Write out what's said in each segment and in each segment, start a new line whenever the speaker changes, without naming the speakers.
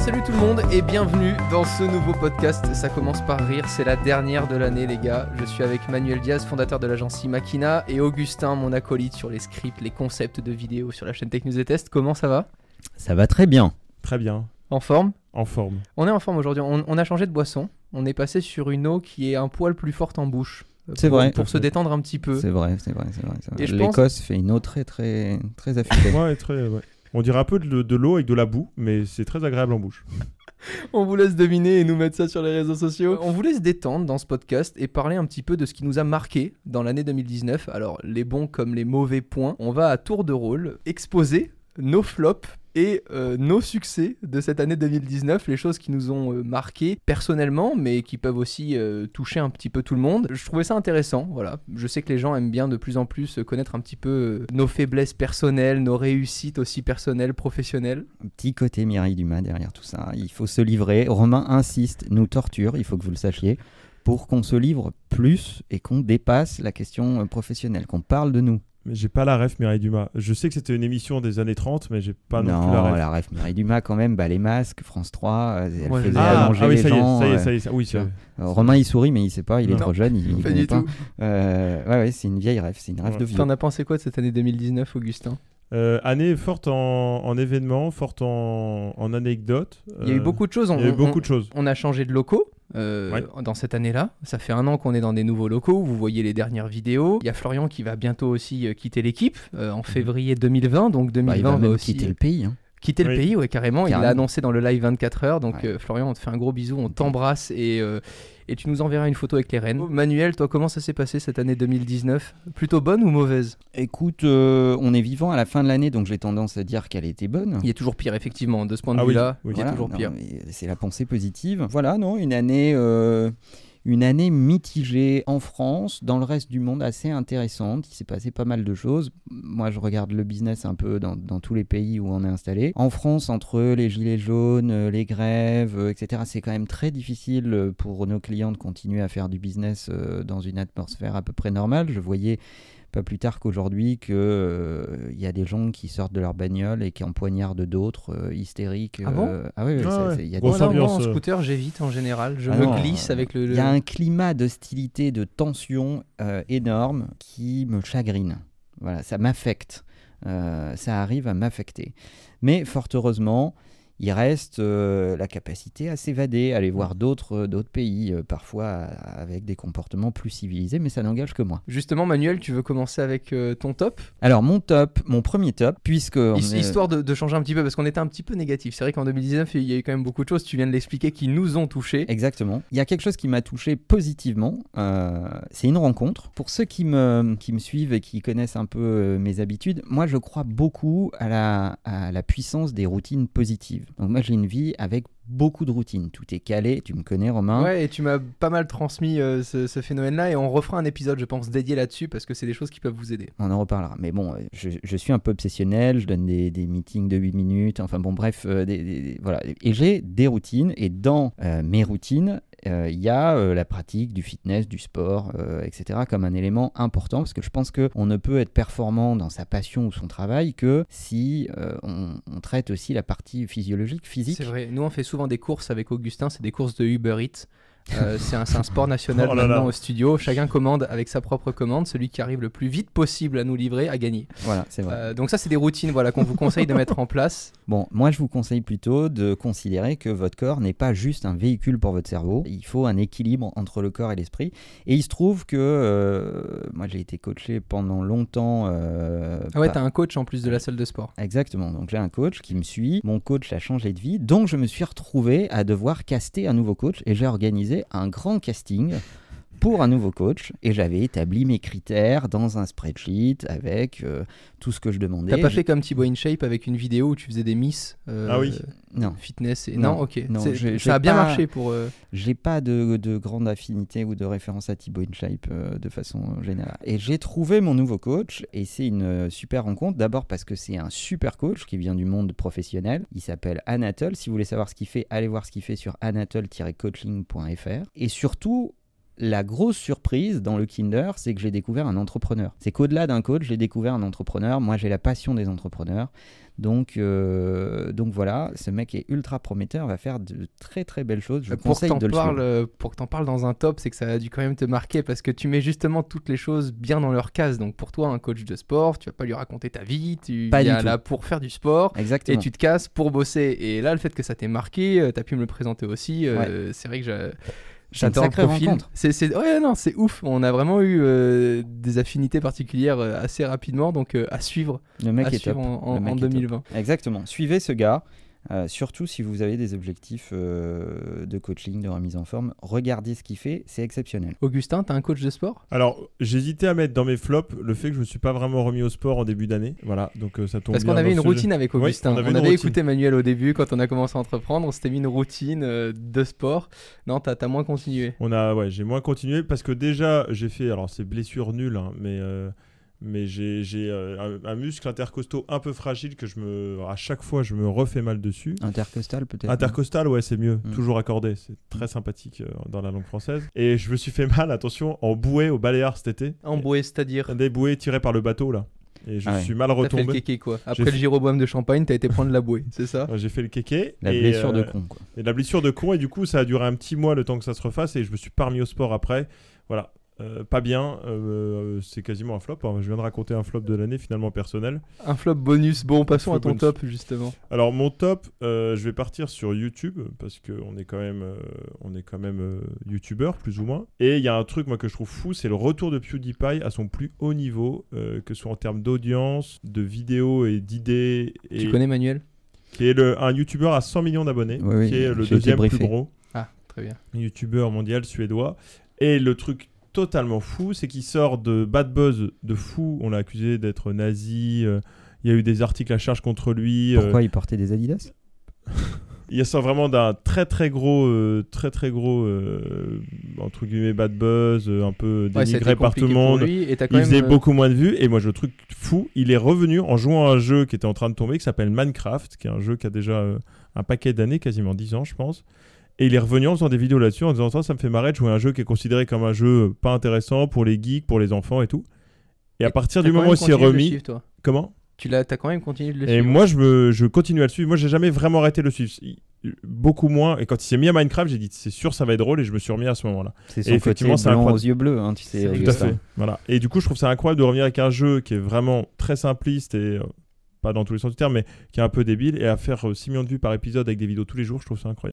salut tout le monde et bienvenue dans ce nouveau podcast. Ça commence par rire, c'est la dernière de l'année les gars. Je suis avec Manuel Diaz, fondateur de l'agence Makina et Augustin, mon acolyte sur les scripts, les concepts de vidéos sur la chaîne Tech News et Test. Comment ça va
Ça va très bien.
Très bien,
En forme
en forme.
On est en forme aujourd'hui. On, on a changé de boisson. On est passé sur une eau qui est un poil plus forte en bouche. euh,
C'est
pour-
vrai.
Pour se détendre un petit peu.
C'est vrai, c'est vrai, c'est vrai. c'est vrai.
Et je pense-
L'Écosse fait une eau très, très, très affûtée.
Ouais, très, ouais. On dirait un peu de, de l'eau avec de la boue, mais c'est très agréable en bouche.
On vous laisse deviner et nous mettre ça sur les réseaux sociaux. On vous laisse détendre dans ce podcast et parler un petit peu de ce qui nous a marqué dans l'année 2019. Alors, les bons comme les mauvais points. On va à tour de rôle exposer nos flops et euh, nos succès de cette année 2019, les choses qui nous ont euh, marqué personnellement, mais qui peuvent aussi euh, toucher un petit peu tout le monde. Je trouvais ça intéressant, voilà. Je sais que les gens aiment bien de plus en plus euh, connaître un petit peu euh, nos faiblesses personnelles, nos réussites aussi personnelles, professionnelles.
Un petit côté Mireille Dumas derrière tout ça. Il faut se livrer. Romain insiste, nous torture, il faut que vous le sachiez, pour qu'on se livre plus et qu'on dépasse la question euh, professionnelle, qu'on parle de nous.
Mais j'ai pas la ref, Mireille Dumas. Je sais que c'était une émission des années 30, mais j'ai pas non, plus la ref.
la ref Mireille Dumas quand même, bah, les masques, France 3, euh, elle
Moi, je
faisait
les ai. Ah,
allonger
oui,
les
ça,
gens.
y est, ça y est,
euh,
ça y est, ça- oui, ça-
tu euh, Romain il sourit, mais il sait pas, il Mmh, est
Non.
trop jeune, il, il
Pas
connaît
du
pas.
tout.
Euh, ouais, ouais, c'est une vieille rêve, c'est une rêve
Ouais.
de vieux.
T'en as pensé quoi de cette année 2019, Augustin
Euh, année forte en, en événements, forte en, en anecdotes. euh,
Il y a eu beaucoup de choses. On,
Il y a eu
on-
beaucoup de choses.
on a changé de locaux euh,
Ouais.
dans cette année-là. Ça fait un an qu'on est dans des nouveaux locaux. Vous voyez les dernières vidéos. Il y a Florian qui va bientôt aussi euh, quitter l'équipe euh,
Mhm.
en février 2020. Donc 2020
Bah, il va
va
même
aussi euh,
quitter le pays. hein.
quitter le
Oui.
pays, ouais, carrément. Il l'a
Carrément.
annoncé dans le live 24 heures. Donc
Ouais.
euh, Florian, on te fait un gros bisou, on t'embrasse et, euh, et tu nous enverras une photo avec les rennes. Manuel, toi, comment ça s'est passé cette année 2019 Plutôt bonne ou mauvaise
Écoute, euh, on est vivant à la fin de l'année, donc j'ai tendance à dire qu'elle était bonne.
Il y a toujours pire, effectivement. hein, De ce point de
Ah oui,
vue-là,
oui.
il y a
Voilà,
toujours
non,
pire.
mais C'est la pensée positive. Voilà, non, une année, euh, une année mitigée en France, dans le reste du monde assez intéressante. Il s'est passé pas mal de choses. Moi, je regarde le business un peu dans, dans tous les pays où on est installé. En France, entre les gilets jaunes, euh, les grèves, euh, etc., c'est quand même très difficile euh, pour nos clients de continuer à faire du business euh, dans une atmosphère à peu près normale. Je voyais pas plus tard qu'aujourd'hui qu'il il y a des gens qui sortent de leur bagnole et qui empoignardent d'autres euh, hystériques.
Ah bon
euh, ah oui, oui,
Ah
ça-
ouais.
ça- il y a des
Grosse
Moi, Oh non, moi, en
ambiance, euh.
scooter, j'évite en général. Je
Ah
me
non,
glisse
euh,
avec le.
il y a un climat d'hostilité, de tension euh, énorme qui me chagrine. Voilà, ça m'affecte. Euh, ça arrive à m'affecter. Mais fort heureusement, il reste euh, la capacité à s'évader, à aller voir d'autres euh, d'autres pays, euh, parfois euh, avec des comportements plus civilisés, mais ça n'engage que moi.
Justement, Manuel, tu veux commencer avec euh, ton top,
Alors mon top, mon premier top, puisque... on
His-
est- euh,
histoire de, de changer un petit peu, parce qu'on était un petit peu négatif. C'est vrai qu'en 2019, il y a eu quand même beaucoup de choses, tu viens de l'expliquer, qui nous ont touchés.
Exactement. Il y a quelque chose qui m'a touché positivement. euh, c'est une rencontre. Pour ceux qui me, qui me suivent et qui connaissent un peu euh, mes habitudes, moi je crois beaucoup à la, à la puissance des routines positives. Donc moi j'ai une vie avec beaucoup de routines. Tout est calé. Tu me connais Romain.
Ouais, et tu m'as pas mal transmis euh, ce, ce phénomène-là, et on refera un épisode, je pense, dédié là-dessus, parce que c'est des choses qui peuvent vous aider.
On en reparlera. Mais bon, euh, je, je suis un peu obsessionnel, je donne des, des meetings de 8 minutes, enfin bon, bref, euh, des- des- des- voilà. Et j'ai des routines, et dans euh, mes routines, euh, il y a euh, la pratique du fitness, du sport, euh, etc., comme un élément important, parce que je pense qu'on ne peut être performant dans sa passion ou son travail que si euh, on, on traite aussi la partie physiologique, physique.
C'est vrai, nous on fait souvent des courses avec Augustin, c'est des courses de Uber Eats. Euh, c'est un, c'est un sport national
Oh là là.
maintenant au studio. Chacun commande avec sa propre commande. Celui qui arrive le plus vite possible à nous livrer a gagné.
Voilà, c'est vrai.
Euh, donc ça, c'est des routines voilà, qu'on vous conseille de mettre en place.
Bon, moi je vous conseille plutôt de considérer que votre corps n'est pas juste un véhicule pour votre cerveau. Il faut un équilibre entre le corps et l'esprit. Et il se trouve que euh, moi j'ai été coaché pendant longtemps. euh,
Ah ouais,
par-
t'as un coach en plus de la salle de sport.
Exactement. Donc j'ai un coach qui me suit. Mon coach a changé de vie. Donc je me suis retrouvé à devoir caster un nouveau coach et j'ai organisé un grand casting pour un nouveau coach et j'avais établi mes critères dans un spreadsheet avec euh, tout ce que je demandais.
T'as pas
Je-
fait comme Thibaut InShape avec une vidéo où tu faisais des miss euh,
Ah oui.
Non.
fitness et... non,
Non,
ok
non,
C'est-
j'ai- j'ai
ça a bien
pas-
marché pour euh,
J'ai pas de, de grande affinité ou de référence à Thibaut InShape euh, de façon euh, générale. Et j'ai trouvé mon nouveau coach et c'est une euh, super rencontre. D'abord parce que c'est un super coach qui vient du monde professionnel. Il s'appelle Anatole. Si vous voulez savoir ce qu'il fait, allez voir ce qu'il fait sur anatole-coaching.fr. Et surtout, La grosse surprise dans le Kinder, c'est que j'ai découvert un entrepreneur. C'est qu'au-delà d'un coach, j'ai découvert un entrepreneur. Moi, j'ai la passion des entrepreneurs. Donc, euh, donc voilà, ce mec est ultra prometteur, va faire de très très belles choses. Je vous
pour que
conseille
t'en
de le
parles,
suivre.
euh, pour que t'en parles dans un top, c'est que ça a dû quand même te marquer parce que tu mets justement toutes les choses bien dans leur case. Donc pour toi, un coach de sport, tu vas pas lui raconter ta vie, tu
Pas du
viens
tout.
là pour faire du sport
Exactement.
et tu te casses pour bosser. Et là, le fait que ça t'ait marqué, euh, t'as pu me le présenter aussi. euh, C'est vrai que je-
C'est une
j'adore le
sacrée
profil.
rencontre.
C'est, c'est- ouais, non, c'est ouf. On a vraiment eu euh, des affinités particulières euh, assez rapidement, donc euh, à suivre,
Le mec
à
est top.
suivre en, en-
Le mec
en
est top.
2020.
Exactement. Suivez ce gars. euh, surtout si vous avez des objectifs euh, de coaching, de remise en forme, regardez ce qu'il fait, c'est exceptionnel.
Augustin, t'as un coach de sport
Alors, j'hésitais à mettre dans mes flops le fait que je me suis pas vraiment remis au sport en début d'année. Voilà, donc euh, ça tombe
Parce
bien
qu'on avait une
dans ce sujet.
routine avec Augustin.
on avait
on
une
avait
routine.
écouté Manuel au début quand on a commencé à entreprendre. On s'était mis une routine euh, de sport. Non, t'as, t'as moins continué.
On a, ouais, j'ai moins continué parce que déjà, j'ai fait, alors c'est blessure nulle, hein, mais, euh, mais j'ai, j'ai, euh, un, un muscle intercostaux un peu fragile que je me, à chaque fois, je me refais mal dessus.
Intercostal peut-être.
Intercostal, ouais, c'est mieux.
Ah, Mm.
Toujours accordé. C'est très sympathique euh, dans la langue française. Et je me suis fait mal, attention, en bouée au Baléares cet été.
Embroué, c'est-à-dire.
Un Des bouées tirées par le bateau, là. Et je
Ah ouais.
suis mal
T'as fait le
retombé.
kéké quoi. Après
fait-
le giroboam de champagne, t'as été prendre la bouée, c'est ça
J'ai fait le kéké.
La
et,
blessure de
euh,
con. Quoi.
Et la blessure de con, et du coup, ça a duré un petit mois le temps que ça se refasse, et je me suis pas remis au sport après. Voilà. Euh, pas bien, euh, c'est quasiment un flop. hein. Je viens de raconter un flop de l'année finalement personnel.
Un flop bonus. Bon, passons
Flop
à ton
bonus.
top justement.
Alors mon top, euh, je vais partir sur YouTube parce que on est quand même, euh, on est quand même euh, youtubeur plus ou moins. Et il y a un truc moi que je trouve fou, c'est le retour de PewDiePie à son plus haut niveau, euh, que ce soit en termes d'audience, de vidéos et d'idées, et
Tu connais Manuel
qui est le, un youtubeur à 100 millions d'abonnés,
Oui, oui,
qui est le
j'ai été
deuxième plus
briefé.
gros.
Ah, très bien.
youtubeur mondial suédois. Et le truc totalement fou, c'est qu'il sort de bad buzz de fou. On l'a accusé d'être nazi. euh, il y a eu des articles à charge contre lui. euh,
Pourquoi il portait des Adidas
il sort vraiment d'un très très gros, euh, très très gros euh, entre guillemets bad buzz, euh, un peu
Ouais, ça a
dénigré
été
par tout
compliqué
le
pour
monde.
lui, et t'as quand
Il faisait
même, euh,
beaucoup moins de vues et moi je le truc fou, il est revenu en jouant à un jeu qui était en train de tomber qui s'appelle Minecraft, qui est un jeu qui a déjà euh, un paquet d'années, quasiment 10 ans je pense. Et il est revenu en faisant des vidéos là-dessus en disant ça, ça me fait marrer de jouer à un jeu qui est considéré comme un jeu euh, pas intéressant pour les geeks, pour les enfants et tout. Et, à
Et
partir
t'as
du
quand même
moment où il s'est
continué de le
remis,
suivre, toi.
comment
Tu l'as, t'as quand même continué de le
et
suivre.
moi, je, me, je continue à le suivre. Moi, j'ai jamais vraiment arrêté de le suivre. Il- Beaucoup moins. Et quand il s'est mis à Minecraft, j'ai dit, c'est sûr, ça va être drôle. Et je me suis remis à ce moment-là.
C'est
Et
son côté
effectivement, c'est
blanc aux
incroyable.
yeux bleus, hein, tu sais.
C'est
Tout à
Augustin.
fait. Voilà. Et du coup, je trouve ça incroyable de revenir avec un jeu qui est vraiment très simpliste et euh, pas dans tous les sens du terme, mais qui est un peu débile. Et à faire euh, 6 millions de vues par épisode avec des vidéos tous les jours, je trouve ça incroyable.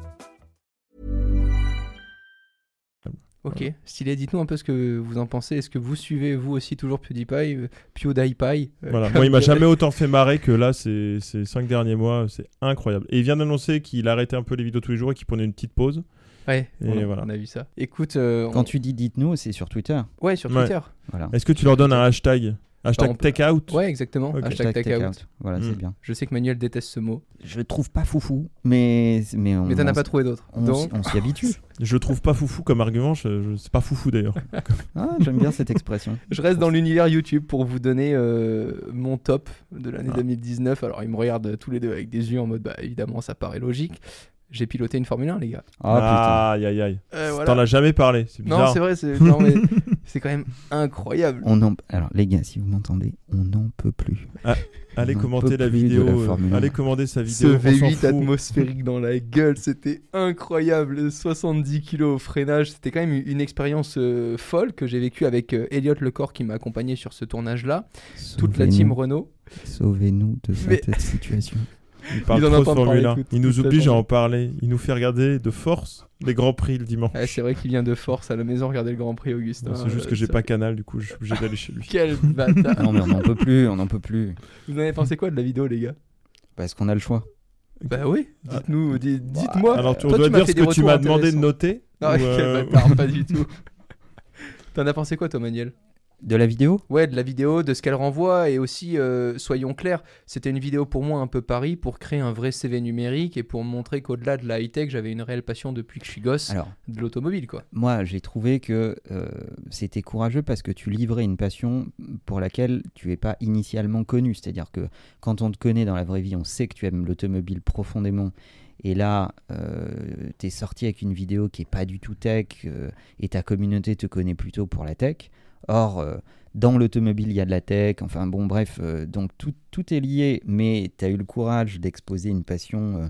Ok, stylé. Dites-nous un peu ce que vous en pensez. Est-ce que vous suivez vous aussi toujours PewDiePie, euh, PewDiePie euh,
Voilà.
comme
Moi, il m'a
dirait-
jamais autant fait marrer que là, ces, ces 5 derniers mois. C'est incroyable. Et il vient d'annoncer qu'il arrêtait un peu les vidéos tous les jours et qu'il prenait une petite pause.
Ouais,
Et
on, a-
voilà.
on a vu ça. Écoute, euh, on-
Quand tu dis dites-nous, c'est sur Twitter.
ouais, sur
Ouais.
Twitter.
Voilà.
Est-ce que tu leur donnes un hashtag Hashtag
on peut-
take out
Ouais, exactement.
Ok.
Hashtag take out.
Voilà,
Mm.
c'est bien.
Je sais que Manuel déteste ce mot,
Je le trouve pas foufou, mais mais on
mais t'en as
on
pas
s-
trouvé d'autres.
on s-
Donc,
on s'y habitue.
Je le trouve pas foufou comme argument. Je, je- c'est pas foufou d'ailleurs.
Ah, j'aime bien cette expression.
je reste dans l'univers YouTube pour vous donner euh, mon top de l'année
Ah.
2019. Alors, ils me regardent euh, tous les deux avec des yeux en mode, bah évidemment, ça paraît logique. J'ai piloté une Formule 1, les gars.
Ah,
aïe aïe aïe.
Euh,
T'en as jamais parlé. C'est bizarre.
Non, c'est vrai, c'est non, mais c'est quand même incroyable.
putain. On en... Alors les gars, si vous m'entendez, on n'en peut plus.
Allez
On en
commenter
peut
la
plus de
vidéo.
la
euh,
Formule un.
allez commander sa
Ce
vidéo. on s'en
V8
fout.
atmosphérique dans la gueule, c'était incroyable. 70 kilos au freinage, c'était quand même une expérience euh, folle que j'ai vécue avec euh, Elliot Lecor qui m'a accompagné sur ce tournage-là. Toute la
Sauvez-nous.
team Renault.
Sauvez-nous de
Mais-
cette situation.
Il parle
Ils en
trop de
entendent
Formule
parler
1.
toute-
Il nous
toute la
oblige à
journée.
en parler. Il nous fait regarder de force les grands prix le dimanche.
Ah, c'est vrai qu'il vient de force à la maison regarder le Grand Prix Augustin.
Non, c'est juste
Euh,
que j'ai
ça-
pas canal, du coup, je suis obligé d'aller chez lui.
Quel bâtard.
Ah non mais on n'en peut plus, on n'en peut plus.
Vous en avez pensé quoi de la vidéo, les gars
Parce qu'on a le choix.
Bah oui,
Ah. Bah,
dites-nous, di- dites-moi.
Alors, tu, on
Toi,
doit
tu m'as
dire
fait
ce
des
que tu
retours
m'as demandé de
intéressants.
noter.
Ah,
Ou,
quel
euh,
bâtard, pas du tout. T'en as pensé quoi, toi, Manuel
De la vidéo
Ouais, de la vidéo, de ce qu'elle renvoie, et aussi, euh, soyons clairs, c'était une vidéo pour moi un peu pari pour créer un vrai CV numérique et pour montrer qu'au-delà de la high-tech, j'avais une réelle passion depuis que je suis gosse
Alors,
de l'automobile, quoi.
moi, j'ai trouvé que euh, c'était courageux parce que tu livrais une passion pour laquelle tu n'es pas initialement connu. C'est-à-dire que quand on te connaît dans la vraie vie, on sait que tu aimes l'automobile profondément. Et là, tu es sorti avec une vidéo qui est pas du tout tech euh, et ta communauté te connaît plutôt pour la tech. Or, euh, dans l'automobile, il y a de la tech. Enfin bon, bref, euh, donc tout, tout est lié, mais tu as eu le courage d'exposer une passion euh,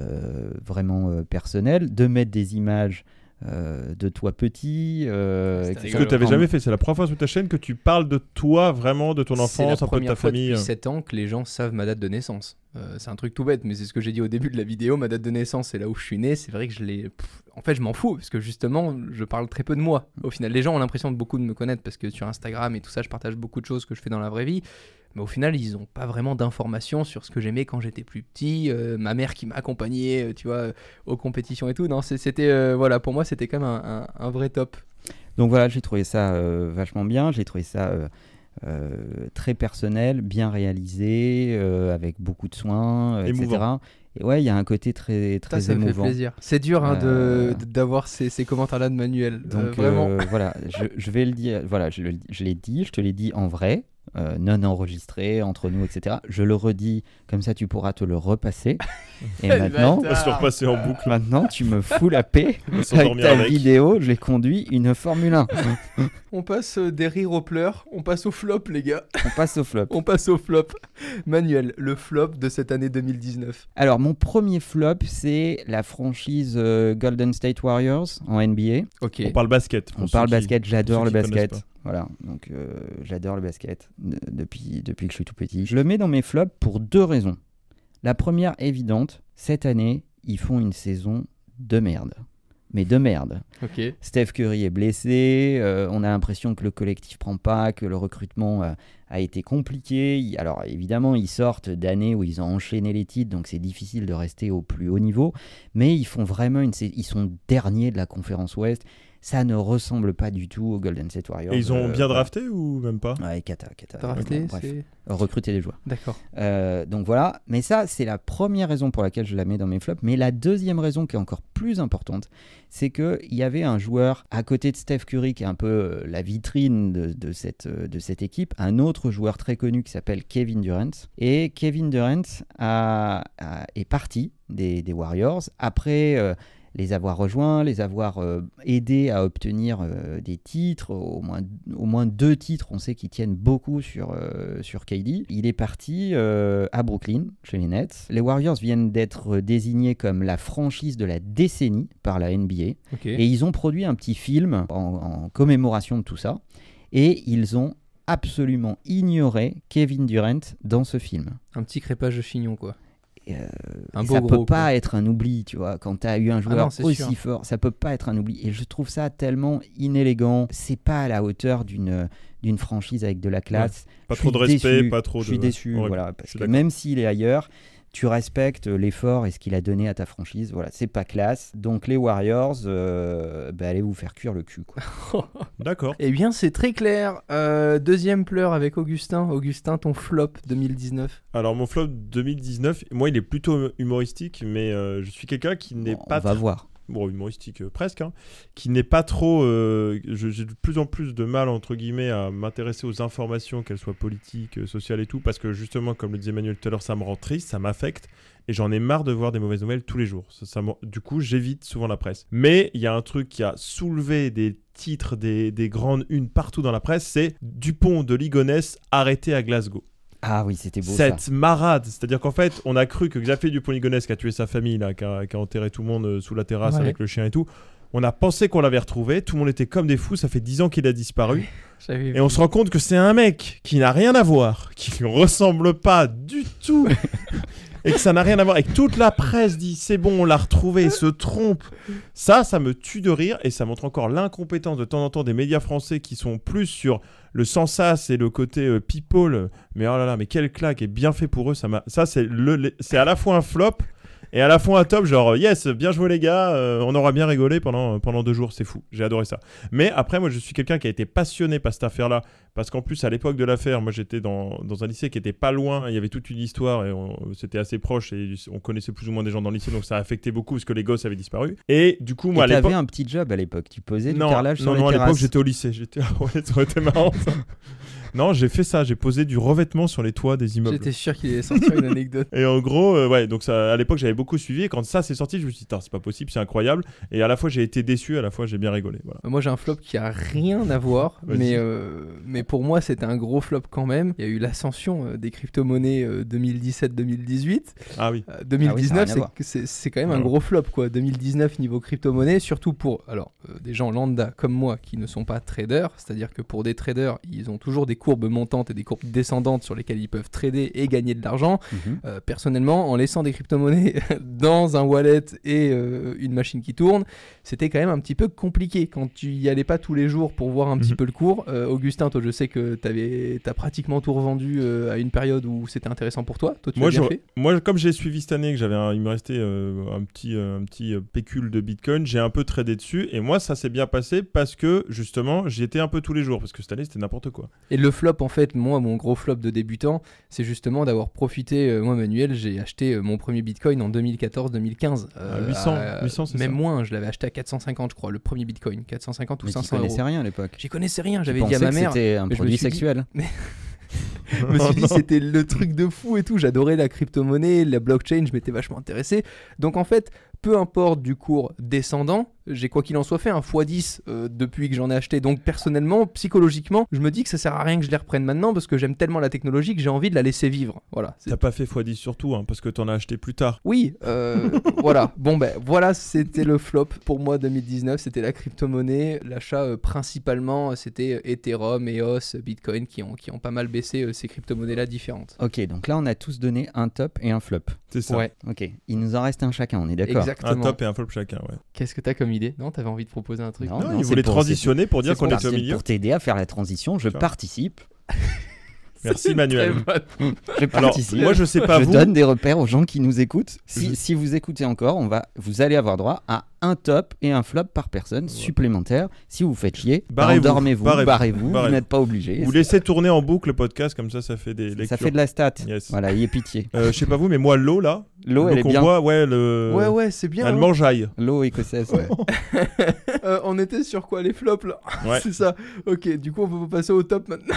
euh, vraiment euh, personnelle, de mettre des images euh, de toi petit. euh,
C'était
etc.
Ce que tu
t'avais
n'avais
En-
jamais fait, c'est la première fois sur ta chaîne que tu parles de toi vraiment, de ton enfance, un peu de
C'est la
ta famille.
première fois depuis 7 ans que les gens savent ma date de naissance. Euh, c'est un truc tout bête, mais c'est ce que j'ai dit au début de la vidéo. Ma date de naissance, c'est là où je suis né. C'est vrai que je l'ai. pff, En fait, je m'en fous, parce que justement, je parle très peu de moi. Au final, les gens ont l'impression de beaucoup de me connaître, parce que sur Instagram et tout ça, je partage beaucoup de choses que je fais dans la vraie vie. Mais au final, ils n'ont pas vraiment d'informations sur ce que j'aimais quand j'étais plus petit. euh, ma mère qui m'accompagnait, euh, tu vois, euh, aux compétitions et tout. Non, c'est- c'était. euh, voilà, pour moi, c'était quand même un, un- un vrai top.
Donc voilà, j'ai trouvé ça euh, vachement bien. J'ai trouvé ça euh, euh, très personnel, bien réalisé, euh, avec beaucoup de soins, euh, etc.
Émouvant.
Et ouais, il y a un côté très,
Ça,
très
ça me fait
émouvant.
plaisir. C'est dur hein, de-
Euh,
de- d'avoir ces, ces commentaires-là de Manuel.
Donc
Euh, vraiment.
euh, voilà, je, je vais le dire. Voilà, je, le- je l'ai dit, je te l'ai dit en vrai, euh, non enregistré entre nous, etc. Je le redis comme ça, tu pourras te le repasser. Et
Quel
maintenant,
On va se le repasser euh, en boucle,
maintenant, tu me fous la paix
on va
avec
s'endormir
ta
avec.
vidéo. Je l'ai conduit une Formule 1.
On passe euh, des rires aux pleurs, on passe au flop, les gars.
On passe au flop.
On passe au flop. Manuel, le flop de cette année 2019.
Alors, mon premier flop, c'est la franchise euh, Golden State Warriors en NBA.
Ok.
On parle basket. pour
On
ceux
parle
qui-
basket, j'adore
ceux
le
qui connaissent
basket. Voilà, donc euh, j'adore le basket de- depuis, depuis que je suis tout petit. Je le mets dans mes flops pour deux raisons. La première évidente, cette année, ils font une saison de merde. Mais de merde.
Ok.
Steph Curry est blessé, euh, on a l'impression que le collectif prend pas, que le recrutement euh, a été compliqué. Il- Alors évidemment, ils sortent d'années où ils ont enchaîné les titres, donc c'est difficile de rester au plus haut niveau, mais ils font vraiment une sa- ils sont derniers de la conférence Ouest. Ça ne ressemble pas du tout aux Golden State Warriors.
Et ils ont
Euh,
bien drafté ou même pas
Ouais, cata, cata.
Drafté,
Euh, Bon, bref,
c'est.
recruter des joueurs.
D'accord.
Euh, donc voilà, mais ça c'est la première raison pour laquelle je la mets dans mes flops. Mais la deuxième raison qui est encore plus importante, c'est que il y avait un joueur à côté de Steph Curry qui est un peu euh, la vitrine de, de cette, euh, de cette équipe, un autre joueur très connu qui s'appelle Kevin Durant. Et Kevin Durant a- a- est parti des, des Warriors après... euh, les avoir rejoints, les avoir euh, aidés à obtenir euh, des titres, au moins, au moins deux titres, on sait qu'ils tiennent beaucoup sur, euh, sur KD. Il est parti euh, à Brooklyn, chez les Nets. Les Warriors viennent d'être désignés comme la franchise de la décennie par la NBA.
Ok.
Et ils ont produit un petit film en, en commémoration de tout ça. Et ils ont absolument ignoré Kevin Durant dans ce film.
Un petit crépage de chignon, quoi.
Et, euh,
un
Et
beau
ça
gros,
peut
quoi.
pas être un oubli, tu vois. Quand tu as eu
Ah
un joueur
non, c'est
aussi
sûr.
fort, ça peut pas être un oubli. Et je trouve ça tellement inélégant. C'est pas à la hauteur d'une d'une franchise avec de la classe.
Pas
Je
trop
suis
de respect,
déçu.
pas trop de.
Je suis déçu,
Horrible.
voilà,
Je
parce
suis
que
d'accord.
même s'il est ailleurs, tu respectes l'effort et ce qu'il a donné à ta franchise. Voilà, c'est pas classe. Donc les Warriors, euh, bah, allez vous faire cuire le cul, quoi.
D'accord.
Eh bien, c'est très clair. Euh, deuxième pleur avec Augustin. Augustin, ton flop 2019.
Alors mon flop 2019, moi il est plutôt humoristique, mais euh, je suis quelqu'un qui n'est
On
pas
va
tr-
voir.
bon, humoristique euh, presque, hein, qui n'est pas trop. euh, je- J'ai de plus en plus de mal, entre guillemets, à m'intéresser aux informations, qu'elles soient politiques, euh, sociales et tout, parce que justement, comme le disait Manuel tout à l'heure, ça me rend triste, ça m'affecte, et j'en ai marre de voir des mauvaises nouvelles tous les jours. Ça- ça m'en- du coup, j'évite souvent la presse. Mais il y a un truc qui a soulevé des titres, des, des grandes unes partout dans la presse, c'est Dupont de Ligonnès arrêté à Glasgow
Ah oui, c'était beau
cette
ça.
marade. C'est-à-dire qu'en fait, on a cru que Xavier Dupont-Ligonnès, qui a tué sa famille, là, qui, a, qui a enterré tout le monde euh, sous la terrasse
Ouais.
avec le chien et tout, on a pensé qu'on l'avait retrouvé. Tout le monde était comme des fous. Ça fait 10 ans qu'il a disparu.
J'avais
Et on se rend compte que c'est un mec qui n'a rien à voir, qui ne ressemble pas du tout. et que ça n'a rien à voir. Et que toute la presse dit c'est bon, on l'a retrouvé, et se trompe. Ça, ça me tue de rire et ça montre encore l'incompétence de temps en temps des médias français qui sont plus sur le sensas et le côté euh, people. Mais oh là là, mais quelle claque et bien fait pour eux. Ça, m'a- ça c'est le- le- c'est à la fois un flop Et à la fin, un top, genre, yes, bien joué les gars, euh, on aura bien rigolé pendant, pendant deux jours, c'est fou, j'ai adoré ça. Mais après, moi, je suis quelqu'un qui a été passionné par cette affaire-là, parce qu'en plus, à l'époque de l'affaire, moi, j'étais dans, dans un lycée qui était pas loin, il y avait toute une histoire, et on- c'était assez proche, et on connaissait plus ou moins des gens dans le lycée, donc ça affectait beaucoup, parce que les gosses avaient disparu. Et du coup, moi,
Et
à l'époque
t'avais un petit job à l'époque. Tu posais du
non,
carrelage
non,
sur les
non, à l'époque
terrasses.
j'étais au lycée. J'étais, Ah ouais, ça aurait été marrant. ça. non, j'ai fait ça. J'ai posé du revêtement sur les toits des immeubles.
J'étais sûr qu'il allait sortir une anecdote.
Et en gros, euh, ouais, donc ça, à l'époque j'avais beaucoup suivi. Et quand ça c'est sorti, je me suis dit, Tain, c'est pas possible, c'est incroyable. Et à la fois j'ai été déçu, à la fois j'ai bien rigolé. Voilà.
Moi j'ai un flop qui a rien à voir,
Vas-y.
mais, euh, mais pour moi c'était un gros flop quand même. Il y a eu l'ascension euh, des crypto-monnaies euh, 2017-2018.
Ah oui.
Euh,
Ah oui,
2019,
ça a rien à
c'est-
voir.
c'est c'est quand même un
Ouais.
gros flop, quoi. 2019 niveau crypto-monnaie, surtout pour alors, euh, des gens lambda comme moi qui ne sont pas traders, c'est-à-dire que pour des traders, ils ont toujours des courbes montantes et des courbes descendantes sur lesquelles ils peuvent trader et gagner de l'argent.
Mhm.
Euh, personnellement, en laissant des crypto-monnaies dans un wallet et euh, une machine qui tourne, c'était quand même un petit peu compliqué quand tu y allais pas tous les jours pour voir un petit
Mhm.
peu le cours. Euh, Augustin, toi, je sais que tu as pratiquement tout revendu euh, à une période où c'était intéressant pour toi. Toi, tu
Moi,
l'as bien
je-
fait.
Moi, comme j'ai suivi cette année, que j'avais, un- il me restait euh, un petit, euh, un petit euh, pécule de Bitcoin, j'ai un peu tradé dessus. Et moi, ça s'est bien passé parce que justement, j'y étais un peu tous les jours parce que cette année c'était n'importe quoi.
Et le flop, en fait, moi, mon gros flop de débutant, c'est justement d'avoir profité. euh, moi, Manuel, j'ai acheté euh, mon premier bitcoin en 2014-2015.
Ah,
À 800, 800, c'est
euh, Même
ça.
moins, je l'avais acheté à 450, je crois, le premier bitcoin, 450 ou
Mais tu
500 euros.
connaissais rien à l'époque.
J'y connaissais rien,
Tu
j'avais dit à
pensais
ma
que
mère.
C'était un
mais je me
produit
suis dit-
sexuel.
Je me suis dit, c'était le truc de fou et tout. J'adorais la crypto-monnaie, la blockchain, je m'étais vachement intéressé. Donc, en fait, peu importe du cours descendant, j'ai quoi qu'il en soit fait un x10 euh, depuis que j'en ai acheté. Donc, personnellement, psychologiquement, je me dis que ça sert à rien que je les reprenne maintenant parce que j'aime tellement la technologie que j'ai envie de la laisser vivre. Voilà. C'est-
T'as pas fait x10 surtout, hein, parce que t'en as acheté plus tard.
Oui, euh, voilà. Bon, ben voilà, c'était le flop pour moi 2019. C'était la crypto-monnaie. L'achat euh, principalement, euh, c'était euh, Ethereum, EOS, Bitcoin qui ont, qui ont pas mal baissé euh, ces crypto-monnaies-là différentes.
Ok, donc là on a tous donné un top et un flop.
C'est ça.
Ouais,
Ok, il nous en reste un chacun, on est d'accord.
Un
exactement.
top et un flop chacun. Ouais.
Qu'est-ce que t'as comme idée Non, t'avais envie de proposer un truc.
Oh Non,
Non, il
c'est
voulait
pour-
transitionner pour
c'est-
dire
c'est
qu'on
pour-
était au
c'est
milieu.
Pour t'aider à faire la transition, je
Tiens.
participe.
Merci Manuel.
Très bonne.
Je
Alors,
participe.
moi je sais pas
je
vous.
donne des repères aux gens qui nous écoutent. Si,
Je-
si vous écoutez encore, on va, vous allez avoir droit à un top et un flop par personne supplémentaire. Si vous faites chier, bah,
Barrez-vous,
endormez-vous,
barrez-vous,
barrez-vous, vous
barrez-vous.
n'êtes pas obligé.
Vous laissez tourner en boucle le podcast, comme ça ça fait des
Ça
lectures.
fait de la stat.
Yes.
Voilà, y est pitié.
Euh, je sais pas vous, mais moi l'eau là,
L'eau, elle
l'eau
est
qu'on
bien.
boit, ouais, le...
Ouais, ouais, c'est bien.
Euh, elle
hein.
m'enjaille.
L'eau écossaise. ouais.
Euh, on était sur quoi Les flops, là
Ouais.
C'est ça. Ok, du coup, on peut passer au top maintenant.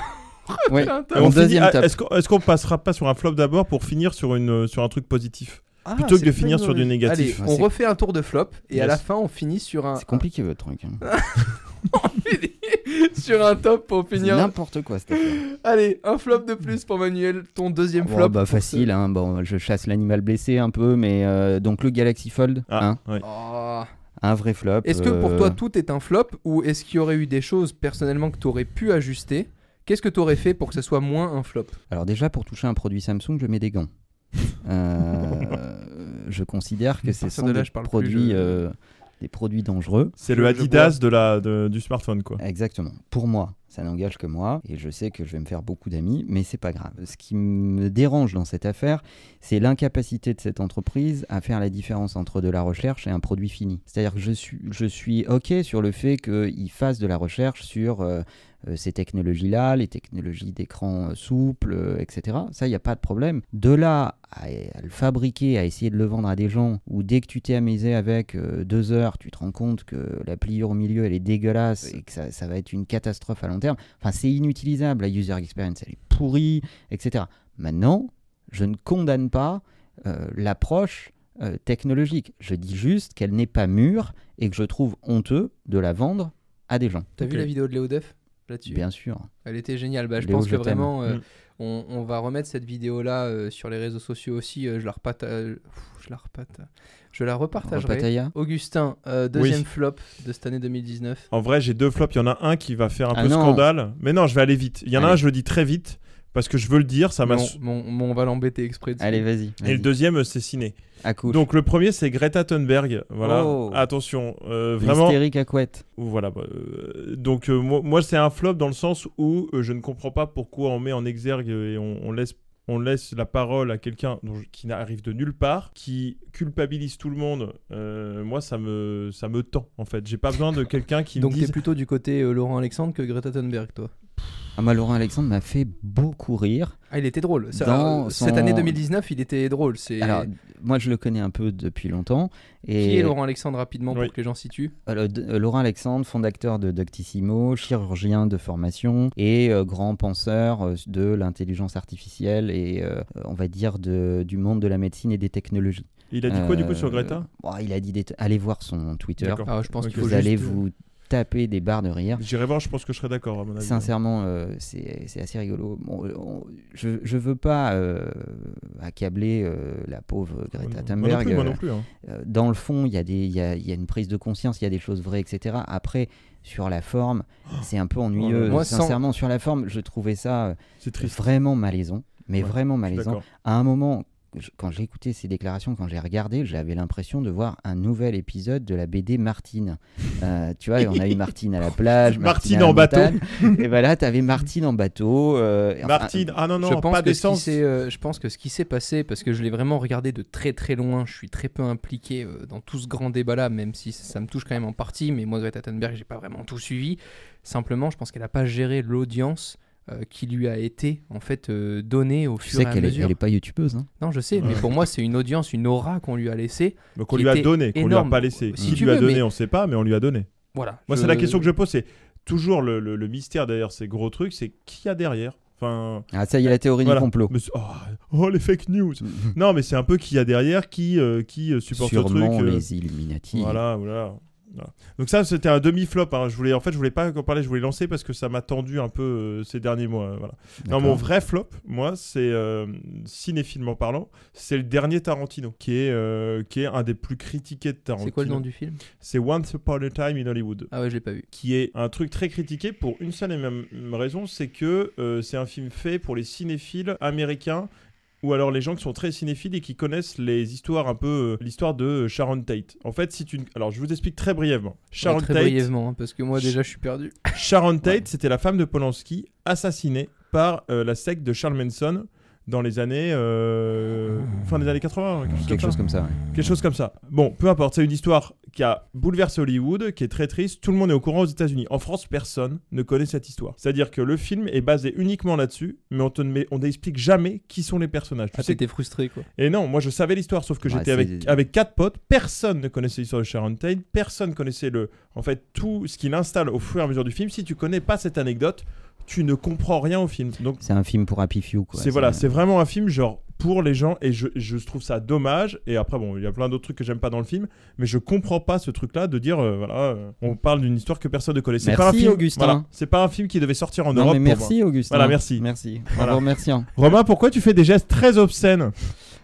Ouais.
Putain, t'as-
Euh, on
Mon
finit-
deuxième
ah,
top.
Est-ce qu'on est-ce qu'on passera pas sur un flop d'abord pour finir sur, une, sur un truc positif
Ah,
Plutôt que
c'est
de
pas
finir
une
sur du
mauvaise-
négatif.
Allez,
Ouais,
on
c'est-
refait un tour de flop et à
Yes.
la fin on finit sur un
C'est compliqué votre truc. hein.
sur un top pour
C'est
finir.
n'importe quoi cette affaire.
Allez, un flop de plus pour Manuel, ton deuxième
Oh,
Bon,
flop.
bah,
pour ce-
facile. hein. Bon, je chasse l'animal blessé un peu, mais euh, donc le Galaxy Fold,
Ah,
hein,
ouais.
Oh.
un vrai flop.
Est-ce que pour
euh,
toi tout est un flop ou est-ce qu'il y aurait eu des choses personnellement que tu aurais pu ajuster Qu'est-ce que tu aurais fait pour que ça soit moins un flop
Alors déjà, pour toucher un produit Samsung, je mets des gants. Euh, je considère que ce
partir
sont
de là,
des,
je parle plus,
produits,
je-
euh, des produits dangereux.
C'est le
Je- je
Adidas de la, de- du smartphone, quoi.
Exactement. Pour moi, ça n'engage que moi, et je sais que je vais me faire beaucoup d'amis, mais c'est pas grave. Ce qui me dérange dans cette affaire, c'est l'incapacité de cette entreprise à faire la différence entre de la recherche et un produit fini. C'est-à-dire que je suis, je suis ok sur le fait qu'ils fassent de la recherche sur euh, euh, ces technologies-là, les technologies d'écran euh, souple, euh, etc. Ça, il n'y a pas de problème. De là à, à le fabriquer, à essayer de le vendre à des gens, où dès que tu t'es amusé avec euh, deux heures, tu te rends compte que la pliure au milieu, elle est dégueulasse et que ça, ça va être une catastrophe à long terme. Enfin, c'est inutilisable, la user experience, elle est pourrie, etc. Maintenant, je ne condamne pas euh, l'approche euh, technologique. Je dis juste qu'elle n'est pas mûre et que je trouve honteux de la vendre à des gens.
T'as
Ok.
vu la vidéo de Léo Duff là-dessus
Bien sûr.
Elle était géniale. Bah, je
Léo,
pense
je
que
t'aime.
vraiment, euh,
Mm.
on, on va remettre cette vidéo-là euh, sur les réseaux sociaux aussi. Euh, je la repata... euh, pff, je la repata- Je la repartagerai.
Repataya
Augustin, euh, deuxième flop de cette année 2019.
En vrai, j'ai deux flops. Il y en a un qui va faire un
Ah
peu
non.
scandale. Mais non, je vais aller vite. Il y en a
Allez.
un, je le dis très vite, parce que je veux le dire. Ça m'a.
Mais
su-
on, mais on- mais on va l'embêter exprès. dessus.
Allez, vas-y.
Et le
vas-y.
deuxième, c'est ciné.
À couche.
Donc le premier, c'est Greta Thunberg. Voilà.
Oh.
Attention, euh, vraiment.
L'hystérique à couette.
Ou Voilà. bah, euh, donc euh, moi, moi, c'est un flop dans le sens où euh, je ne comprends pas pourquoi on met en exergue et on, on laisse on laisse la parole à quelqu'un dont- qui n'arrive de nulle part, qui culpabilise tout le monde, euh, moi ça me ça me tend en fait. J'ai pas besoin de quelqu'un qui me
Donc
dise
t'es plutôt du côté euh, Laurent Alexandre que Greta Thunberg, toi.
Ah, bah, Laurent Alexandre m'a fait beaucoup rire.
Ah, il était drôle. Ça,
Dans
euh,
son-
Cette année 2019, il était drôle. C'est
Alors, moi, je le connais un peu depuis longtemps. Et
qui est Laurent Alexandre rapidement
Oui.
pour que les gens situent.
Alors, de- euh, Laurent Alexandre, fondateur de Doctissimo, chirurgien de formation et euh, grand penseur euh, de l'intelligence artificielle et, euh, on va dire, de- du monde de la médecine et des technologies.
il a dit quoi du coup sur
Euh,
Greta
bon, Il a dit des t- allez voir son Twitter.
D'accord.
Ah, je pense
Ok.
qu'il faut
Vous
juste-
allez vous taper des barres de rire.
J'irai voir, je pense que je serai d'accord à mon avis.
Sincèrement, euh, c'est c'est assez rigolo. Bon, euh, on- je, je veux pas euh, accabler euh, la pauvre
Moi
Greta
non-
Thunberg.
Moi non plus, moi
euh,
non plus. hein.
euh, dans le fond, il y, a des- il y a, il y a une prise de conscience, il y a des choses vraies, etc. Après, sur la forme, c'est un peu
Oh là
ennuyeux.
là. Moi, sans-
Sincèrement, sur la forme, je trouvais ça euh,
C'est triste.
vraiment malaisant. Mais
Ouais,
vraiment
Je suis
malaisant.
d'accord.
À un moment, je- quand j'ai écouté ces déclarations, quand j'ai regardé, j'avais l'impression de voir un nouvel épisode de la BD Martine. Euh, tu vois, on a eu Martine à la plage,
Martine
à la
en bateau.
montagne. et ben là, t'avais Martine en bateau. euh, et enfin,
Martine, ah non,
je,
non,
pense
pas
que ce qui
d'essence.
s'est, euh, je pense que ce qui s'est passé, parce que je l'ai vraiment regardé de très très loin, je suis très peu impliqué euh, dans tout ce grand débat-là, même si ça, ça me touche quand même en partie, mais moi, Greta Thunberg, j'ai pas vraiment tout suivi. Simplement, je pense qu'elle a pas géré l'audience euh, qui lui a été en fait euh, donnée au
tu
fur
sais
et à
qu'elle est,
mesure.
elle est pas youtubeuse. hein.
Non, je sais, mais pour moi, c'est une audience, une aura qu'on lui a laissée.
Donc on
qui
lui a
était
donné, qu'on lui a
énorme.
pas laissé.
Si
Qui
tu
lui a
veux,
donné,
mais-
on sait pas, mais on lui a donné.
Voilà.
Moi,
Je-
c'est la question que je pose, c'est toujours le, le- le mystère derrière ces gros trucs, c'est qui y a derrière Enfin,
Ah, ça y est, la théorie
voilà.
du complot.
Mais c'est- oh, oh, les fake news Non, mais c'est un peu qui y a derrière, qui, euh, qui euh, supporte le truc.
Sûrement
euh,
les Illuminati.
Voilà, voilà. Voilà. Donc ça, c'était un demi-flop. hein. Je voulais, en fait, je voulais pas en parler. Je voulais lancer parce que ça m'a tendu un peu euh, ces derniers mois. euh, voilà. Non,
D'accord.
mon vrai flop, moi, c'est euh, cinéphilement parlant, c'est le dernier Tarantino, qui est, euh, qui est un des plus critiqués de Tarantino.
C'est quoi le nom du film
C'est Once Upon a Time in Hollywood,
Ah ouais, je l'ai pas vu.
qui est un truc très critiqué pour une seule et même raison, c'est que euh, c'est un film fait pour les cinéphiles américains ou alors les gens qui sont très cinéphiles et qui connaissent les histoires un peu euh, l'histoire de Sharon Tate. En fait, si tu ne- alors je vous explique très brièvement. Sharon
Ouais, très
Tate,
brièvement, hein, parce que moi déjà je suis perdu.
Sharon Tate, c'était la femme de Polanski, assassinée par euh, la secte de Charles Manson dans les années. euh,
Ah.
fin des années 80, quelque chose,
Quelque
comme,
chose
ça.
comme ça. ouais.
Quelque chose comme ça. Bon, peu importe, c'est une histoire qui a bouleversé Hollywood, qui est très triste. Tout le monde est au courant aux États-Unis. En France, personne ne connaît cette histoire. C'est-à-dire que le film est basé uniquement là-dessus, mais on te ne- on t'explique jamais qui sont les personnages. Tu
Ah,
sais
t'étais frustré quoi.
et non, moi je savais l'histoire, sauf que
Ouais,
j'étais
c'est-
avec, avec quatre potes, personne ne connaissait l'histoire de Sharon Tate, personne connaissait le, en fait tout ce qu'il installe au fur et à mesure du film. Si tu connais pas cette anecdote, tu ne comprends rien au film. Donc
C'est un film pour Happy Few. quoi.
c'est voilà, c'est vraiment un film genre pour les gens et je, je trouve ça dommage. Et après bon, il y a plein d'autres trucs que j'aime pas dans le film, mais je comprends pas ce truc-là de dire euh, voilà, euh, on parle d'une histoire que personne ne connaît. C'est pas un
Merci,
film,
Augustin.
voilà, c'est pas un film qui devait sortir en
Non,
Europe.
mais
pour moi.
merci, Augustin.
Voilà, merci.
Merci.
Voilà.
En vous remerciant.
Romain, pourquoi tu fais des gestes très obscènes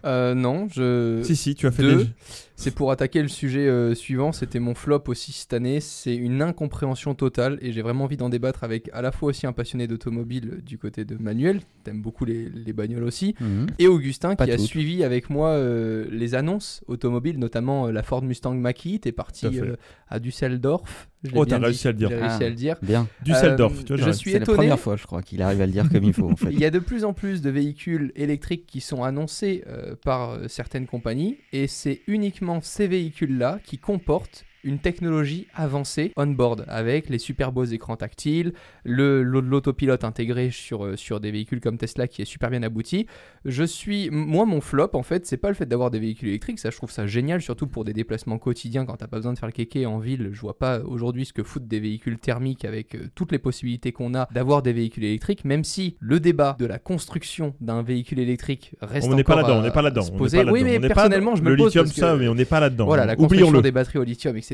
Euh, non, je.
Si si, tu as fait
Deux,
des
c'est pour attaquer le sujet euh, suivant. C'était mon flop aussi cette année. C'est une incompréhension totale et j'ai vraiment envie d'en débattre avec à la fois aussi un passionné d'automobile euh, du côté de Manuel. T'aimes beaucoup les, les bagnoles aussi.
Mhm.
Et Augustin
Pas
qui a
toutes.
suivi avec moi euh, les annonces automobiles, notamment euh, la Ford Mustang Mach-E. T'es parti
Tout à fait.
euh, à Düsseldorf. Je l'ai
Oh, t'as
bien
réussi
dit.
à le dire.
J'ai réussi
Ah.
à le dire.
Bien.
Düsseldorf.
Euh,
tu vois,
je
j'arrive.
suis
C'est la
étonné.
première fois, je crois, qu'il arrive à le dire comme il faut, en fait.
Il y a de plus en plus de véhicules électriques qui sont annoncés euh, par euh, certaines compagnies et c'est uniquement ces véhicules-là qui comportent une technologie avancée on-board avec les super beaux écrans tactiles, le- l'au- l'autopilote intégré sur, euh, sur des véhicules comme Tesla qui est super bien abouti. Je suis, moi mon flop en fait, c'est pas le fait d'avoir des véhicules électriques, ça je trouve ça génial surtout pour des déplacements quotidiens quand t'as pas besoin de faire le kéké en ville. Je vois pas aujourd'hui ce que foutent des véhicules thermiques avec euh, toutes les possibilités qu'on a d'avoir des véhicules électriques, même si le débat de la construction d'un véhicule électrique reste
On n'est pas
encore
là-dedans,
à-
on n'est pas là-dedans.
à se
on n'est
poser.
pas
Oui,
là-dedans,
mais
on n'est pas
personnellement,
dans-
je me
le
pose
lithium,
parce que-
ça, mais on n'est pas là-dedans.
voilà, la construction
Oublions-le.
des batteries au lithium, etc. Euh,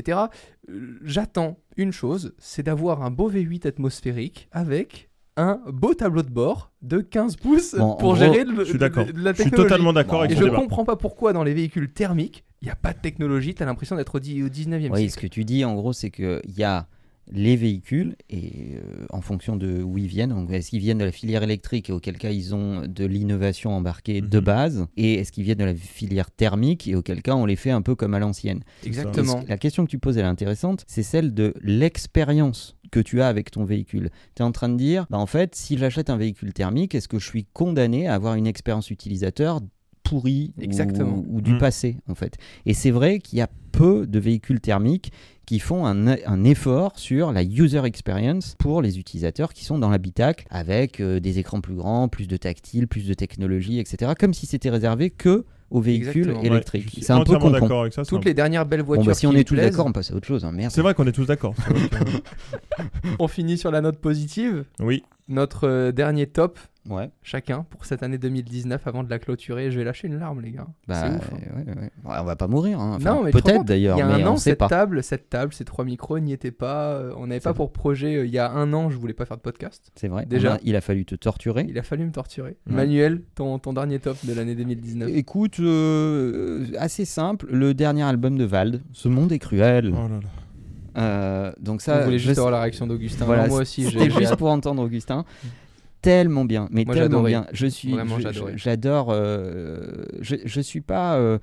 J'attends une chose, c'est d'avoir un beau V8 atmosphérique avec un beau tableau de bord de 15 pouces
Bon, en
pour
gros,
gérer le,
Je suis
le-
d'accord.
la technologie.
Je suis totalement
Bon,
d'accord avec
Et
ce
je
débat.
comprends pas pourquoi dans les véhicules thermiques, il n'y a pas de technologie, t'as l'impression d'être au di- au 19e
Oui, ce
siècle.
que tu dis, en gros, c'est qu'il y a les véhicules et euh, en fonction de où ils viennent. Donc, est-ce qu'ils viennent de la filière électrique et auquel cas ils ont de l'innovation embarquée de
Mhm.
base Et est-ce qu'ils viennent de la filière thermique et auquel cas on les fait un peu comme à l'ancienne
Exactement.
La question que tu poses, elle est intéressante, c'est celle de l'expérience que tu as avec ton véhicule. Tu es en train de dire, bah en fait, si j'achète un véhicule thermique, est-ce que je suis condamné à avoir une expérience utilisateur pourrie ou-
Exactement.
ou, du
Mm.
passé, en fait Et c'est vrai qu'il y a peu de véhicules thermiques qui font un, un effort sur la user experience pour les utilisateurs qui sont dans l'habitacle avec euh, des écrans plus grands, plus de tactile, plus de technologie, etc. Comme si c'était réservé que aux véhicules
Exactement.
Ouais,
électriques.
je suis
c'est un peu
entièrement
con
d'accord avec ça. c'est
Toutes
un-
les dernières belles voitures.
Bon, bah, si on
qui
est
me
tous
plaisent,
d'accord, on passe à autre chose. hein. Merde.
C'est vrai qu'on est tous d'accord. c'est vrai
euh,
que-
on finit sur la note positive.
Oui,
Notre euh, dernier top,
Ouais.
chacun, pour cette année 2019, avant de la clôturer. Je vais lâcher une larme, les gars.
Bah,
C'est ouf. hein.
ouais, ouais, ouais. Bon, on va pas mourir. hein. Enfin,
Non, mais tu te rends
peut-être
compte,
d'ailleurs,
Il y a
mais
un
on
an,
sait
cette
pas.
table, cette table, ces trois micros n'y étaient pas. euh, on n'avait
C'est
pas
vrai.
pour projet, euh, il y a un an, je voulais pas faire de podcast.
C'est vrai.
Déjà.
on a- il a fallu te torturer.
Il a fallu me torturer.
Ouais.
Manuel, ton, ton dernier top de l'année 2019.
Écoute, euh, assez simple, le dernier album de Vald, Ce monde est cruel.
oh là là.
Euh, donc
Je
ça,
voulais
je
juste
sais-
avoir la réaction d'Augustin.
Voilà,
Non, moi aussi, j'ai-
C'était
j'ai
juste
hâte.
pour entendre Augustin. Tellement bien, mais
Moi,
tellement
j'adorais.
bien. Je suis,
Vraiment,
je-
j'adorais.
je- j'adore. euh, je, je suis pas euh,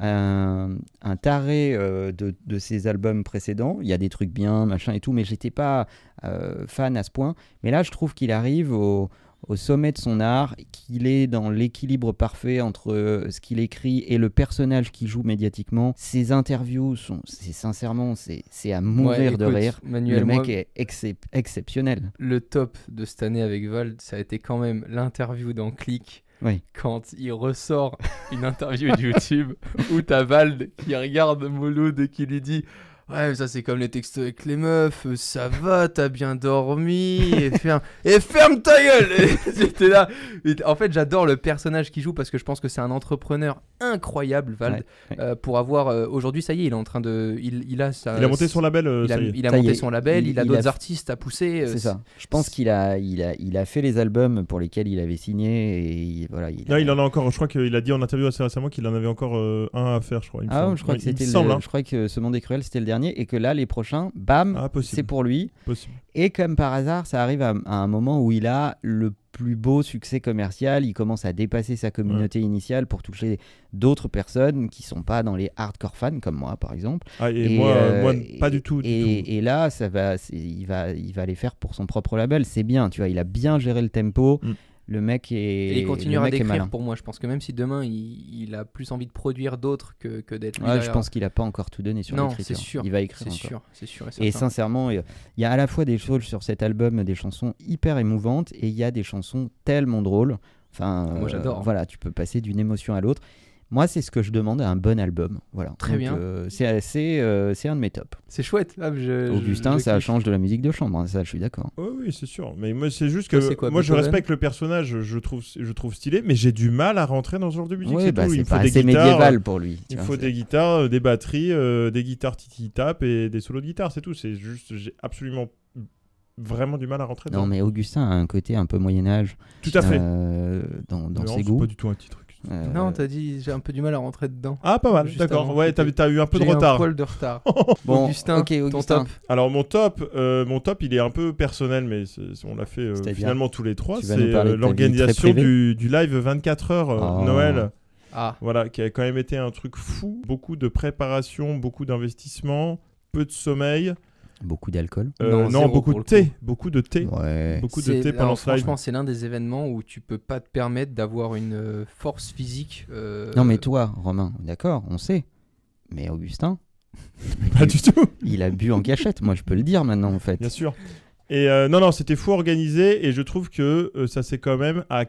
un, un taré euh, de, de ses albums précédents. Il y a des trucs bien, machin et tout, mais j'étais pas euh, fan à ce point. Mais là, je trouve qu'il arrive au, au sommet de son art, qu'il est dans l'équilibre parfait entre euh, ce qu'il écrit et le personnage qu'il joue médiatiquement. Ses interviews sont, c'est sincèrement, c'est c'est à mourir
Ouais,
de
écoute,
rire.
Manuel,
le mec
moi,
est excep- exceptionnel.
le top de cette année avec Vald, ça a été quand même l'interview dans Click.
Oui.
Quand il ressort une interview de YouTube où t'as Vald qui regarde Mouloud et qui lui dit Ouais, ça c'est comme les textos avec les meufs, euh, ça va, t'as bien dormi, et ferme, et ferme ta gueule Et J'étais là. Et en fait, j'adore le personnage qu'il joue parce que je pense que c'est un entrepreneur incroyable, Vald,
Ouais, ouais.
euh, pour avoir. euh, Aujourd'hui, ça y est, il est en train de. Il, il a sa-
Il a monté son label, euh,
il a,
ça y est.
il a
Ça y
monté
est,
son label, il,
il-
a
il
d'autres
a-
artistes à pousser. euh,
C'est ça. Je pense qu'il a, il a, il a fait les albums pour lesquels il avait signé et il- voilà. Il
Non,
a-
il en a encore. Je crois qu'il a dit en interview assez récemment qu'il en avait encore euh, un à faire, je crois. il me
Ah,
semble.
je crois
Ouais,
que
il me
c'était. le-
semble, hein.
Je crois que ce monde est cruel, c'était le dernier et que là, les prochains, bam,
Ah,
c'est
possible.
pour lui.
possible.
Et comme par hasard, ça arrive à, à un moment où il a le plus beau succès commercial. Il commence à dépasser sa communauté initiale pour toucher d'autres personnes qui sont pas dans les hardcore fans comme moi, par exemple.
Ah, et, moi, euh,
euh,
moi,
et-
pas du tout. du
Et,
tout.
et là, ça va, c'est- il va, il va les faire pour son propre label. C'est bien, tu vois. Il a bien géré le tempo.
Mm.
Le mec est.
Et il
le
continuera à
mec est malin.
d'écrire pour moi. Je pense que même si demain il, il a plus envie de produire d'autres que, que d'être lui
Ouais, je
derrière.
pense qu'il a pas encore tout donné sur
Non,
l'écriture.
c'est sûr,
Il va écrire
c'est sûr,
encore.
c'est sûr.
Et
certain.
sincèrement, il y a à la fois des choses sur cet album, des chansons hyper émouvantes, et il y a des chansons tellement drôles. Enfin, euh,
Moi, j'adore.
Voilà, tu peux passer d'une émotion à l'autre. Moi, c'est ce que je demande à un bon album. Voilà.
Très
Donc,
bien.
euh, c'est assez, euh, c'est un de mes tops.
c'est chouette. Ah, je-
Euh,
je-
Augustin,
je
ça
kiffe.
change de la musique de chambre. hein, ça, je suis d'accord.
Ouais, Oh oui, c'est sûr. Mais moi, c'est juste que
Toi, c'est quoi,
moi, je
Beethoven
respecte le personnage. Je trouve, je trouve stylé, mais j'ai du mal à rentrer dans ce genre de musique.
Oui,
c'est
bah,
tout. Il
c'est
me faut
pas
des
assez
guitares.
médiéval pour lui. tu
Il me
vois,
faut
c'est-
des guitares, euh, des batteries, euh, des guitares titi tap et des solos de guitare, c'est tout. C'est juste, j'ai absolument vraiment du mal à rentrer.
Non,
dedans.
mais Augustin a un côté un peu Moyen-Âge euh,
tout à fait.
dans, dans
Non,
ses
c'est
goûts.
pas du tout un petit truc.
Euh,
Non, t'as dit j'ai un peu du mal à rentrer dedans.
Ah, pas mal.
Juste
D'accord.
avant,
Ouais, t'as
c'était-
t'as eu un peu de
J'ai
retard.
Un poil de retard.
bon,
Augustin,
ok,
ton
Augustin,
top.
Alors mon top, euh, mon top, il est un peu personnel, mais c'est- c'est- on l'a fait euh,
C'est-à-dire
finalement tous les trois.
Tu
C'est
vas nous parler
euh,
de ta vie très
l'organisation
privée
du, du live 24 heures euh,
Oh.
Noël,
Ah,
voilà, qui a quand même été un truc fou. Beaucoup de préparation, beaucoup d'investissement, peu de sommeil.
beaucoup d'alcool.
Euh,
Non,
non,
zéro
beaucoup
pour
de
le
thé,
coup.
beaucoup de thé,
Ouais.
beaucoup de
c'est-
thé
alors,
pendant ce live.
Franchement, c'est l'un des événements où tu peux pas te permettre d'avoir une euh, force physique. euh,
Non, mais toi, Romain, d'accord, on sait. Mais Augustin,
Pas du tout.
il a bu en cachette. Moi, je peux le dire maintenant, en fait.
Bien sûr. Et euh, non, non, c'était fou organisé et je trouve que euh, ça c'est quand même à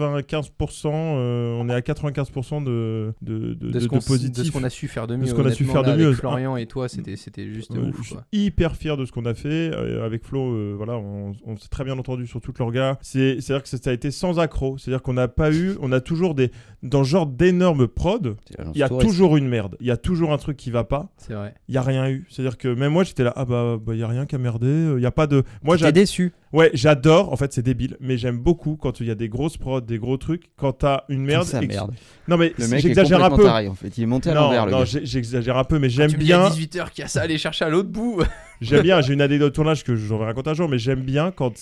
95%, euh, on est à 95% de, de, de,
de
de-
ce qu'on
de positif.
de ce qu'on a su faire de
De
mieux.
ce qu'on a su
Honnêtement,
faire de
là, avec
mieux.
Florian et toi, c'était c'était juste
Euh,
ouf.
je suis
quoi.
hyper fier de ce qu'on a fait euh, avec Flo. euh, voilà, on, on s'est très bien entendu sur tout l'orga. C'est, c'est-à-dire que ça ça a été sans accro. C'est-à-dire qu'on n'a pas eu, on a toujours des, dans ce genre d'énormes prod, il y a toujours une merde. Il y a toujours un truc qui va pas.
C'est vrai.
Il y a rien eu. C'est-à-dire que même moi j'étais là, ah bah bah, il y a rien qu'à merder. euh, Il y a pas de, Moi,
J'étais
j'ad-
déçu.
ouais, j'adore. En fait, c'est débile, mais j'aime beaucoup quand il y a des grosses prods, des gros trucs. Quand t'as une merde.
Merde, ça,
et que-
merde.
Non, mais
Le mec est
j'exagère un
complètement
peu.
taré, en fait. Il est monté à l'envers,
Non,
le
non,
gars.
j'ai- j'exagère un peu, mais j'aime
Ah, Tu me dis
bien.
à 18h qu'il y a ça, aller chercher à l'autre bout.
J'aime bien, j'ai une anecdote de tournage que je vous raconte un jour, mais j'aime bien quand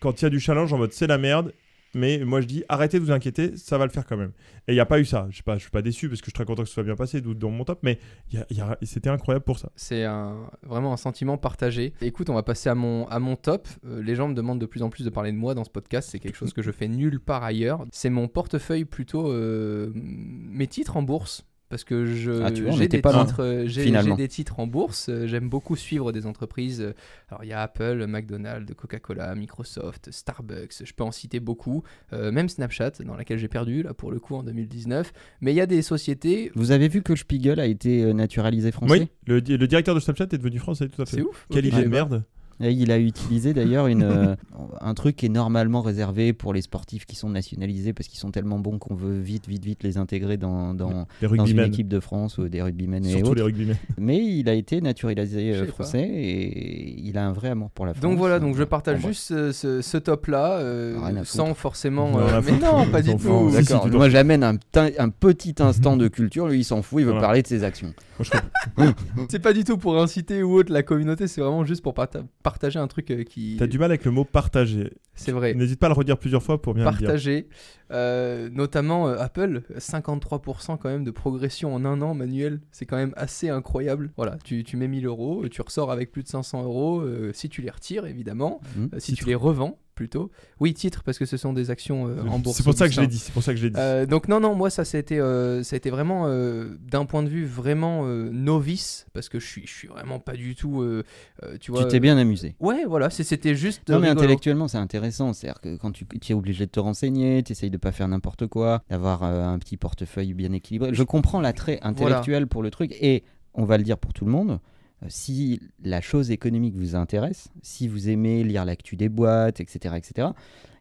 quand il y a du challenge en mode c'est la merde, mais moi je dis arrêtez de vous inquiéter, ça va le faire quand même. Et il n'y a pas eu ça, je ne pas, je suis pas déçu parce que je suis très content que ce soit bien passé, d'où dans mon top, mais il y a- il y a- c'était incroyable pour ça.
C'est un- vraiment un sentiment partagé. Écoute, on va passer à mon, à mon top. Euh, les gens me demandent de plus en plus de parler de moi dans ce podcast. C'est quelque chose que je fais nulle part ailleurs. C'est mon portefeuille plutôt euh, mes titres en bourse. Parce que je-
Ah, tu vois, on
j'ai
était
des,
pas loin,
titres, euh, j'ai- j'ai
finalement.
des titres en bourse. Euh, J'aime beaucoup suivre des entreprises. Euh, Alors, il y a Apple, McDonald's, Coca-Cola, Microsoft, Starbucks. Je peux en citer beaucoup. Euh, même Snapchat, dans laquelle j'ai perdu, là, pour le coup, en 2019. Mais il y a des sociétés.
Vous avez vu que le Spiegel a été euh, naturalisé français
Oui, le, di- le directeur de Snapchat est devenu français, tout à fait.
C'est ouf. Ok,
Quelle
bah,
idée
je
de
sais pas.
merde.
Et il a utilisé d'ailleurs une, euh, un truc qui est normalement réservé pour les sportifs qui sont nationalisés parce qu'ils sont tellement bons qu'on veut vite, vite, vite les intégrer dans, dans,
Les
dans une
rugbymen,
équipe de France ou des rugbymen et
surtout
autres.
les rugbymen.
Mais il a été naturalisé
Je
euh,
sais pas.
français et il a un vrai amour pour la France.
Donc voilà, donc je partage
En bref.
juste ce, ce- ce top-là, euh,
bah. Rien à
sans forcément...
Rien
euh,
à
mais
foutre.
non, pas
Ils
du
s'en
tout. D'accord.
foutent.
D'accord,
si, tu
moi j'amène un, tin- un petit instant de culture, lui il s'en fout, il veut
Voilà.
parler de ses actions.
Moi, je comprends.
C'est pas du tout pour inciter ou autre la communauté, c'est vraiment juste pour parta- partager un truc euh, qui...
T'as du mal avec le mot partager.
C'est vrai.
N'hésite pas à le redire plusieurs fois pour bien le dire.
Partager, euh, notamment euh, Apple, 53% quand même de progression en un an manuel, c'est quand même assez incroyable. Voilà, tu, tu mets 1000 euros, euh, tu ressors avec plus de 500 euros, euh, si tu les retires évidemment,
Mhm.
euh, si tu les revends plutôt. Oui, titre, parce que ce sont des actions euh, en bourse.
C'est pour ça que je l'ai
Augustin.
dit. C'est pour ça que je l'ai dit.
Euh, donc non, non, moi ça, ça a été, euh, ça a été vraiment, euh, d'un point de vue vraiment euh, novice, parce que je suis, je suis vraiment pas du tout, euh, euh, tu vois.
Tu t'es bien amusé.
Ouais, voilà, c'est- c'était juste. euh,
Non mais
rigolo.
intellectuellement c'est intéressant, c'est-à-dire que quand tu, tu es obligé de te renseigner, tu essayes de pas faire n'importe quoi, d'avoir euh, un petit portefeuille bien équilibré. Je comprends l'attrait intellectuel pour le truc et on va le dire pour tout le monde, euh, si la chose économique vous intéresse, si vous aimez lire l'actu des boîtes, etc., etc.,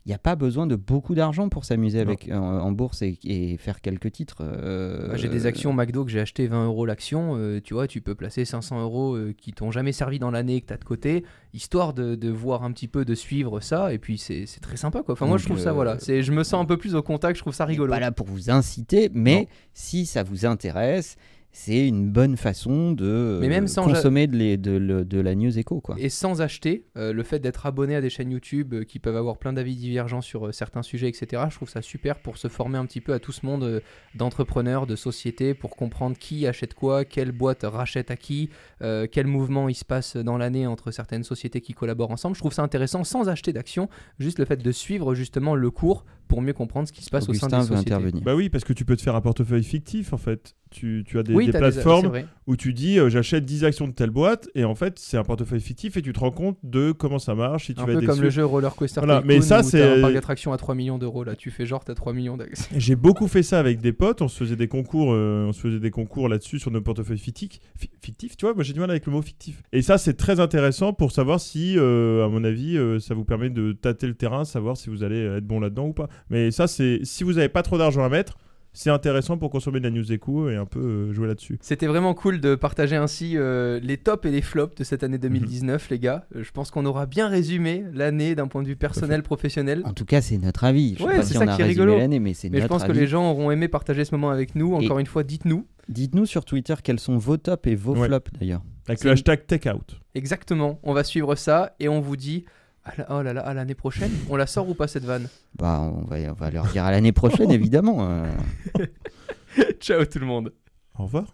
il n'y a pas besoin de beaucoup d'argent pour s'amuser
Non.
avec en, en bourse et, et faire quelques titres. euh,
Moi, J'ai des actions McDo que j'ai acheté 20 euros l'action, euh, tu vois, tu peux placer 500 euros euh, qui t'ont jamais servi dans l'année que t'as de côté, histoire de, de voir un petit peu, de suivre ça, et puis c'est c'est très sympa quoi. Enfin, moi
Donc,
je trouve ça,
euh,
voilà, c'est- je me sens un peu plus au contact, je trouve ça
On n'est
rigolo.
Pas là pour vous inciter, mais
Non.
si ça vous intéresse, c'est une bonne façon de euh,
Mais même sans
consommer de, les- de le- de la news éco quoi.
Et sans acheter, euh, le fait d'être abonné à des chaînes YouTube euh, qui peuvent avoir plein d'avis divergents sur euh, certains sujets, etc., je trouve ça super pour se former un petit peu à tout ce monde euh, d'entrepreneurs, de sociétés, pour comprendre qui achète quoi, quelle boîte rachète à qui, euh, quel mouvement il se passe dans l'année entre certaines sociétés qui collaborent ensemble. Je trouve ça intéressant sans acheter d'action, juste le fait de suivre justement le cours pour mieux comprendre ce qui se passe au
Augustin
sein des
veut
sociétés.
intervenir.
Bah oui, parce que tu peux te faire un portefeuille fictif en fait. Tu, tu as des,
oui,
des
t'as des- c'est
plateformes
vrai.
où tu dis euh, j'achète 10 actions de telle boîte et en fait c'est un portefeuille fictif et tu te rends compte de comment ça marche, si tu
un
vas
peu
être
comme
déçu.
le jeu Roller Coaster
Voilà,
Tycoon
mais ça,
où t'as un
c'est-
parc d'attractions à 3 millions d'euros. Là, tu fais genre, t'as 3 millions d'actions.
J'ai beaucoup fait ça avec des potes, on se faisait des concours, euh, on se faisait des concours là-dessus sur nos portefeuilles fictifs. fi- Fictifs, tu vois, moi j'ai du mal avec le mot fictif. Et ça c'est très intéressant pour savoir si, euh, à mon avis, euh, ça vous permet de tâter le terrain, savoir si vous allez être bon là-dedans ou pas. Mais ça c'est, si vous n'avez pas trop d'argent à mettre, c'est intéressant pour consommer de la news éco et un peu euh, jouer là-dessus.
C'était vraiment cool de partager ainsi euh, les tops et les flops de cette année 2019, les gars. Euh, Je pense qu'on aura bien résumé l'année d'un point de vue personnel, professionnel.
En tout cas, c'est notre avis. Je sais
Ouais,
pas
c'est
si
ça
on a
qui est
résumé
rigolo.
l'année, mais c'est
Mais je
notre
pense que
avis.
les gens auront aimé partager ce moment avec nous. Encore une fois, dites-nous
Dites-nous sur Twitter quels sont vos tops et vos
Ouais.
flops d'ailleurs.
Avec
C'est-
le hashtag take out.
exactement. On va suivre ça et on vous dit à la- oh là là, à l'année prochaine. On la sort ou pas cette vanne
Bah, on va, on va leur dire à l'année prochaine évidemment. euh.
Ciao tout le monde.
Au revoir.